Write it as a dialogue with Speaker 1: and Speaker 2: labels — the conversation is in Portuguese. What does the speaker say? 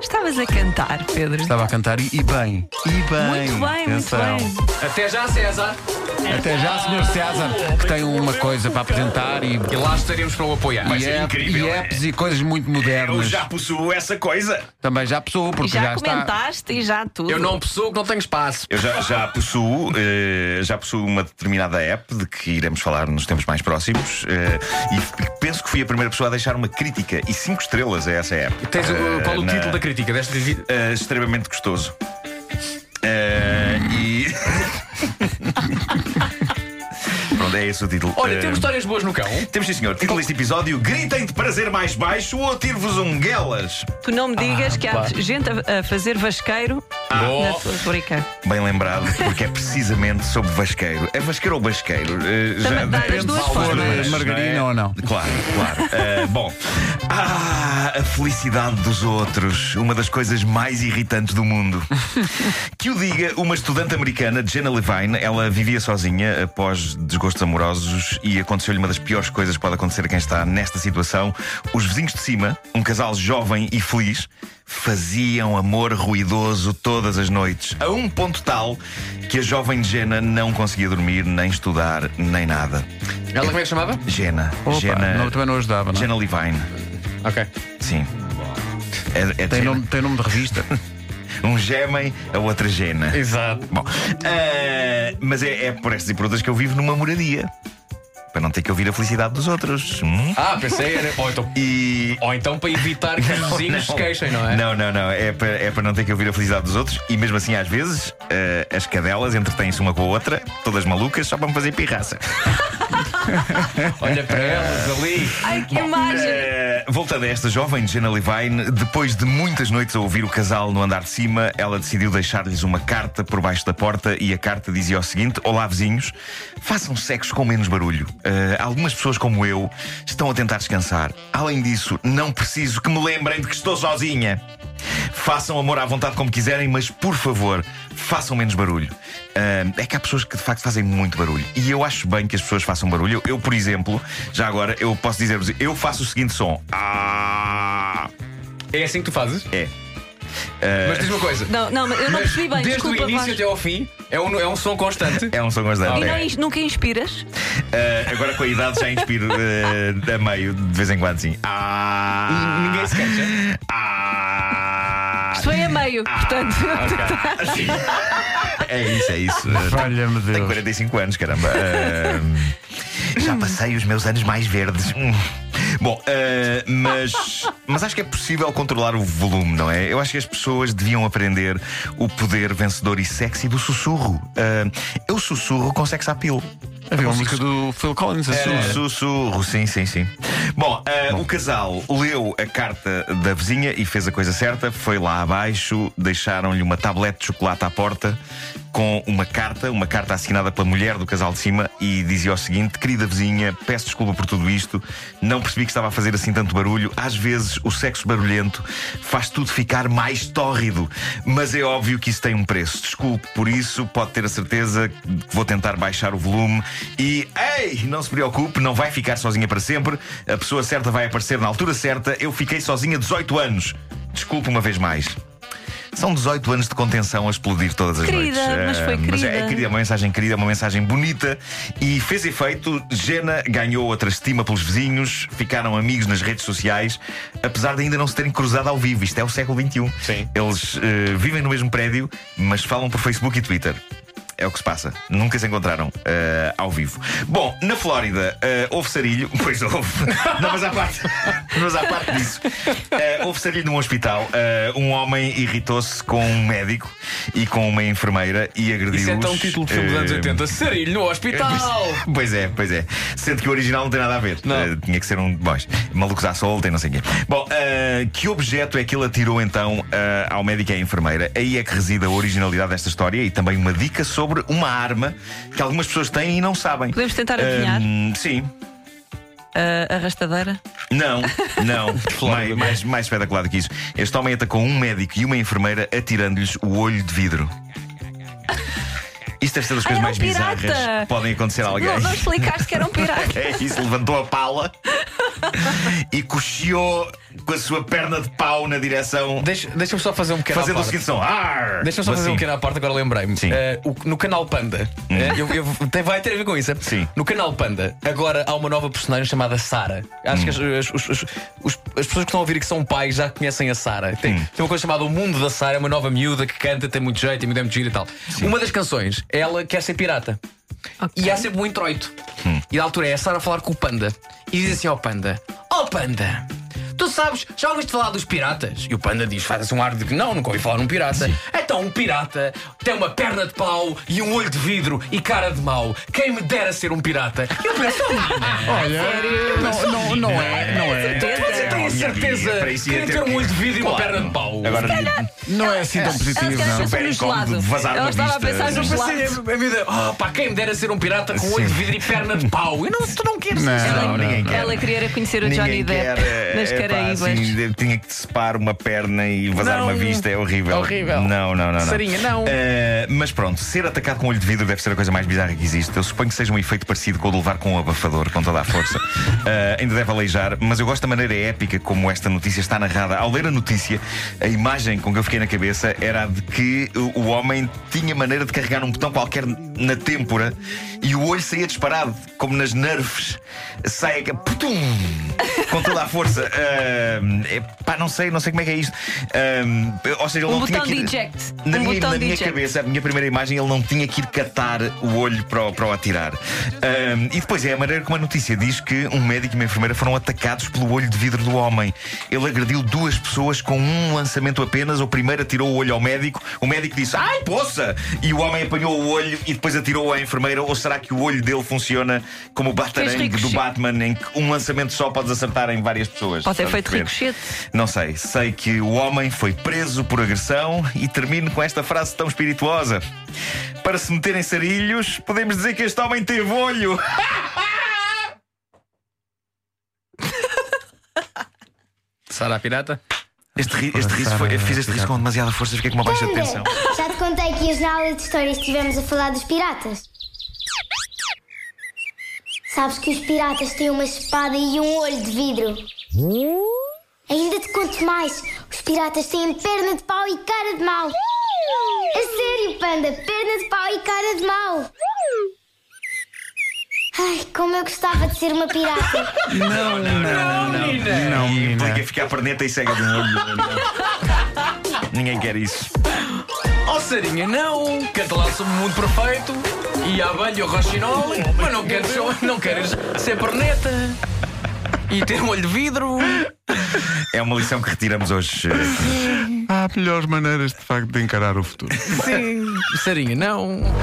Speaker 1: Estavas a cantar, Pedro.
Speaker 2: Estava a cantar e, e bem. E bem.
Speaker 1: Muito bem, muito
Speaker 2: Atenção.
Speaker 1: bem.
Speaker 3: Até já, César.
Speaker 2: Até já, Sr. César, que tem uma coisa para apresentar e,
Speaker 3: E lá estaremos para o apoiar.
Speaker 2: e,
Speaker 4: ser
Speaker 2: app-
Speaker 4: incrível,
Speaker 2: e
Speaker 4: é?
Speaker 2: apps e coisas muito
Speaker 4: Eu
Speaker 2: modernas.
Speaker 4: já possuo essa coisa.
Speaker 2: Também já pessoa,
Speaker 1: E
Speaker 2: porque já,
Speaker 1: já
Speaker 2: está.
Speaker 1: comentaste e já tudo.
Speaker 3: Eu não possuo que não tenho espaço.
Speaker 4: Eu já, já possuo, eh, já possuo uma determinada app de que iremos falar nos tempos mais próximos eh, e f- penso que fui a primeira pessoa a deixar uma crítica e cinco estrelas a essa app.
Speaker 3: Tens o-
Speaker 4: Eh,
Speaker 3: qual o
Speaker 4: na-
Speaker 3: título da crítica? Deste
Speaker 4: eh, extremamente gostoso. Eh, e. Pronto, é esse o título.
Speaker 3: Olha,
Speaker 4: Eh,
Speaker 3: temos histórias boas no cão.
Speaker 4: Temos sim, senhor. Título deste episódio: Gritem de prazer mais baixo ou tiro-vos um guelas.
Speaker 1: Tu não me digas que há gente a, a fazer vasqueiro na
Speaker 3: Boa.
Speaker 1: tua rubrica.
Speaker 4: Bem lembrado, porque é precisamente sobre vasqueiro. É vasqueiro ou basqueiro? Eh,
Speaker 1: Também dá das
Speaker 4: depende
Speaker 1: duas
Speaker 4: de algumas
Speaker 1: formas.
Speaker 4: maneiras,
Speaker 2: Margarina
Speaker 4: é?
Speaker 2: ou não?
Speaker 4: Claro, claro. Eh, bom, ah, a felicidade dos outros, uma das coisas mais irritantes do mundo. Que o diga uma estudante americana, Jenna Levine, ela vivia sozinha após desgostos amorosos e aconteceu-lhe uma das piores coisas que pode acontecer a quem está nesta situação. Os vizinhos de cima, um casal jovem e feliz, faziam amor ruidoso todas as noites, a um ponto tal que a jovem Jenna não conseguia dormir, nem estudar, nem nada.
Speaker 3: Ela como é que chamava?
Speaker 4: Jenna,
Speaker 2: Opa,
Speaker 4: Jenna,
Speaker 2: não, também não ajudava, não? é?
Speaker 4: Jenna Levine,
Speaker 3: Ok.
Speaker 4: sim. É, é
Speaker 2: Tem
Speaker 4: Jenna.
Speaker 2: nome, tem nome de revista.
Speaker 4: Um gemem, a outra Jenna.
Speaker 3: Exato.
Speaker 4: Bom, eh, mas é, é por estas e por outras que eu vivo numa moradia. Para não ter que ouvir a felicidade dos outros. Hum?
Speaker 3: Ah, pensei. Era... Ou, então,
Speaker 4: E.
Speaker 3: ou então para evitar que os vizinhos se queixem, não é?
Speaker 4: Não, não, não. É para, é para não ter que ouvir a felicidade dos outros. E mesmo assim, às vezes, eh, as cadelas entretêm-se uma com a outra, todas malucas, só para me fazer pirraça.
Speaker 3: Olha para elas ali.
Speaker 1: Ai, que imagem!
Speaker 4: Eh, voltando a esta jovem Jenna Levine, depois de muitas noites a ouvir o casal no andar de cima, ela decidiu deixar-lhes uma carta por baixo da porta e a carta dizia o seguinte: Olá, vizinhos, façam sexo com menos barulho. Eh, algumas pessoas como eu estão a tentar descansar. Além disso, não preciso que me lembrem de que estou sozinha. Façam amor à vontade como quiserem, mas por favor, façam menos barulho. Ah, é que há pessoas que de facto fazem muito barulho. E eu acho bem que as pessoas façam barulho. Eu, eu, por exemplo, já agora, eu posso dizer-vos: eu faço o seguinte som. Ah!
Speaker 3: É assim que tu fazes?
Speaker 4: É. Eh,
Speaker 3: Mas diz uma coisa.
Speaker 1: Não, não, mas eu não percebi bem,
Speaker 3: Desde
Speaker 1: desculpa,
Speaker 3: o início
Speaker 1: Vasco.
Speaker 3: até ao fim, é um, é um som constante.
Speaker 4: É um som
Speaker 1: E
Speaker 4: constante.
Speaker 1: não,
Speaker 4: é.
Speaker 1: ins- nunca inspiras?
Speaker 4: Ah, agora com a idade já inspiro ah, a meio, de vez em quando, sim. Ah!
Speaker 3: Ninguém se queixa.
Speaker 4: Ah!
Speaker 1: Isto é foi a meio, portanto.
Speaker 4: Sim. É isso, é isso.
Speaker 2: Valha-me
Speaker 4: Tenho
Speaker 2: Deus.
Speaker 4: 45 anos, caramba. Ahm, já passei os meus anos mais verdes. Hum. Bom, ah, mas, mas acho que é possível controlar o volume, não é? Eu acho que as pessoas deviam aprender o poder vencedor e sexy do sussurro. Ah, eu sussurro com sex appeal.
Speaker 2: Havia uma
Speaker 4: Consigo
Speaker 2: música do Phil Collins, assim.
Speaker 4: Sussurro, sussurro, sim, sim, sim. Bom, ah, o casal leu a carta da vizinha e fez a coisa certa. Foi lá abaixo, deixaram-lhe uma tablete de chocolate à porta com uma carta, uma carta assinada pela mulher do casal de cima e dizia o seguinte: Querida vizinha, peço desculpa por tudo isto. Não percebi que estava a fazer assim tanto barulho. Às vezes o sexo barulhento faz tudo ficar mais tórrido, mas é óbvio que isso tem um preço. Desculpe por isso, pode ter a certeza que vou tentar baixar o volume e ei, não se preocupe, não vai ficar sozinha para sempre. A pessoa certa vai aparecer na altura certa. Eu fiquei sozinha 18 anos. Desculpe uma vez mais. São 18 anos de contenção a explodir todas as
Speaker 1: Querida,
Speaker 4: noites.
Speaker 1: mas
Speaker 4: Ah,
Speaker 1: foi
Speaker 4: Mas é, é
Speaker 1: querida.
Speaker 4: querida, é uma mensagem querida, é uma mensagem bonita e fez efeito. Jena ganhou outra estima pelos vizinhos, ficaram amigos nas redes sociais, apesar de ainda não se terem cruzado ao vivo. Isto é o século XXI.
Speaker 3: Sim.
Speaker 4: Eles eh, vivem no mesmo prédio, mas falam por Facebook e Twitter. É o que se passa. Nunca se encontraram eh, ao vivo. Bom, na Flórida eh, houve sarilho. Pois houve. Não, mas à parte, mas à parte disso. eh, houve sarilho num hospital. Eh, um homem irritou-se com um médico e com uma enfermeira e agrediu-os.
Speaker 3: Isso é tão título de filme dos anos
Speaker 4: eh,
Speaker 3: 80. Sarilho no hospital!
Speaker 4: Pois, pois é, pois é. Sendo que o original não tem nada a ver.
Speaker 3: Não.
Speaker 4: Eh, tinha que ser um. Bom, malucos à solta e não sei o quê. Bom, eh, que objeto é que ele atirou então eh, ao médico e à enfermeira? Aí é que reside a originalidade desta história e também uma dica sobre uma arma que algumas pessoas têm e não sabem.
Speaker 1: Podemos tentar adivinhar?
Speaker 4: Ahm, sim.
Speaker 1: A arrastadeira?
Speaker 4: Não, não. mais, mais, mais espetacular do que isso. Este homem atacou um médico e uma enfermeira atirando-lhes o olho de vidro. Isto deve ser das
Speaker 1: Ai, era
Speaker 3: é
Speaker 4: coisas
Speaker 1: um
Speaker 4: mais
Speaker 1: pirata!
Speaker 4: bizarras que podem acontecer a alguém.
Speaker 1: Não, não explicaste que era um pirata.
Speaker 4: É isso, levantou a pala e cocheou com a sua perna de pau na direção.
Speaker 3: Deixa- Deixa-me só fazer um pequeno à
Speaker 4: Fazendo o
Speaker 3: parte.
Speaker 4: seguinte som. Ar!
Speaker 3: Deixa-me só fazer um
Speaker 4: Assim.
Speaker 3: pequeno à parte, agora lembrei-me.
Speaker 4: Sim. Hum.
Speaker 3: Eh, o- no canal Panda, eh, eu- eu- tem- vai ter a ver com isso. é?
Speaker 4: Sim.
Speaker 3: No canal Panda, agora há uma nova personagem chamada Sara.
Speaker 4: Hum.
Speaker 3: Acho que as, as- os- os- os- as pessoas que estão a ouvir e que são pais já conhecem a Sara.
Speaker 4: Hum.
Speaker 3: Tem, tem uma coisa chamada O Mundo da Sara, é uma nova miúda que canta, tem muito jeito, tem muito muito giro e tal. Uma das canções, é ela quer ser pirata.
Speaker 1: Ok.
Speaker 3: E há sempre um introito.
Speaker 2: Hum.
Speaker 3: E da altura é a Sara a falar com o Panda. E diz assim ao Panda: Ó Panda, tu sabes, já ouviste falar dos piratas? E o Panda diz: faz assim um ar de que não, nunca ouvi falar num pirata. Então, um pirata tem uma perna de pau e um olho de vidro e cara de mau. Quem me dera ser um pirata? E eu penso: oh, menina,
Speaker 2: Olha, não, não, não é, não é.
Speaker 3: você tem
Speaker 4: minha
Speaker 3: a certeza
Speaker 4: amiga, para
Speaker 3: que
Speaker 4: isso ia
Speaker 3: queria
Speaker 4: é ter
Speaker 3: ter
Speaker 4: que-
Speaker 3: um olho de vidro e uma
Speaker 4: Claro.
Speaker 3: perna de pau?
Speaker 4: Agora
Speaker 2: Não é assim tão
Speaker 1: Ela se
Speaker 2: positivo,
Speaker 1: calhar
Speaker 2: não.
Speaker 1: pensou no
Speaker 4: Super incómodo
Speaker 1: gelado.
Speaker 4: de vazar
Speaker 1: Ela
Speaker 4: uma
Speaker 1: estava a
Speaker 4: vista,
Speaker 1: pensar no
Speaker 4: sim.
Speaker 3: Eu passei
Speaker 1: gelado.
Speaker 3: a- a vida, oh pá, quem me dera ser um pirata com olho de vidro e perna de pau? Eu não, tu não queres
Speaker 2: Não.
Speaker 3: isso.
Speaker 1: Ela,
Speaker 4: Não, ninguém quer.
Speaker 1: ela queria era conhecer o Johnny
Speaker 4: Ninguém quer,
Speaker 1: Depp
Speaker 4: eh,
Speaker 1: nas
Speaker 4: eh, pá,
Speaker 1: Caraíbas.
Speaker 4: assim, de- tinha que separar uma perna e vazar
Speaker 3: Não.
Speaker 4: uma vista, é horrível.
Speaker 3: É horrível.
Speaker 4: Não, não, não. não.
Speaker 3: Sarinha, não.
Speaker 4: Eh, mas pronto, ser atacado com olho de vidro deve ser a coisa mais bizarra que existe. Eu suponho que seja um efeito parecido com o de levar com um abafador, com toda a força. Eh, ainda deve aleijar, mas eu gosto da maneira épica como esta notícia está narrada. Ao ler a notícia, a imagem com que eu fiquei na cabeça era a de que o o homem tinha maneira de carregar um botão qualquer na têmpora e o olho saía disparado, como nas nerves. Sai a... Putum! com toda a força. Ahm, é, pá, não sei, não sei como é que é isto. Ahm, ou seja, ele
Speaker 1: Um
Speaker 4: não tinha
Speaker 1: botão
Speaker 4: que ir-
Speaker 1: de eject.
Speaker 4: Na
Speaker 1: Um
Speaker 4: minha,
Speaker 1: botão
Speaker 4: na
Speaker 1: de
Speaker 4: minha
Speaker 1: eject.
Speaker 4: cabeça, a minha primeira imagem, ele não tinha que ir catar o olho para o, para o atirar. Ahm, e depois é a maneira como a notícia diz que um médico e uma enfermeira foram atacados pelo olho de vidro do homem. Ele agrediu duas pessoas com um lançamento apenas. O primeiro atirou o olho ao médico, o médico disse ai poça! E o homem apanhou o olho e depois atirou à enfermeira. Ou será que o olho dele funciona como o batarangue do
Speaker 1: ricochete.
Speaker 4: Batman em que um lançamento só podes acertar em várias pessoas?
Speaker 1: Pode ter
Speaker 4: Estás a
Speaker 1: feito
Speaker 4: perceber?
Speaker 1: ricochete.
Speaker 4: Não sei, sei que o homem foi preso por agressão e termino com esta frase tão espirituosa. Para se meter em sarilhos, podemos dizer que este homem teve olho.
Speaker 3: Sara a pirata?
Speaker 4: Este, ri- este riso foi, eu fiz este riso com demasiada força, fiquei com uma baixa de tensão.
Speaker 5: Já te contei que na aula de história estivemos a falar dos piratas. Sabes que os piratas têm uma espada e um olho de vidro. Ainda te conto mais. Os piratas têm perna de pau e cara de mau. A sério, panda, perna de pau e cara de mau. Ai, como eu gostava de ser uma pirata.
Speaker 2: Não, não, não, não. Não,
Speaker 4: E
Speaker 2: menina.
Speaker 4: implica ficar perneta e cega de um olho. Ninguém quer isso.
Speaker 3: Oh Sarinha, não! Canta lá sobre o mundo perfeito e a abelha o roxinol, mas não queres, não queres ser perneta e ter um olho de vidro.
Speaker 4: É uma lição que retiramos hoje. eh,
Speaker 2: Há melhores maneiras, de facto, de encarar o futuro.
Speaker 3: Sim. Sarinha, não!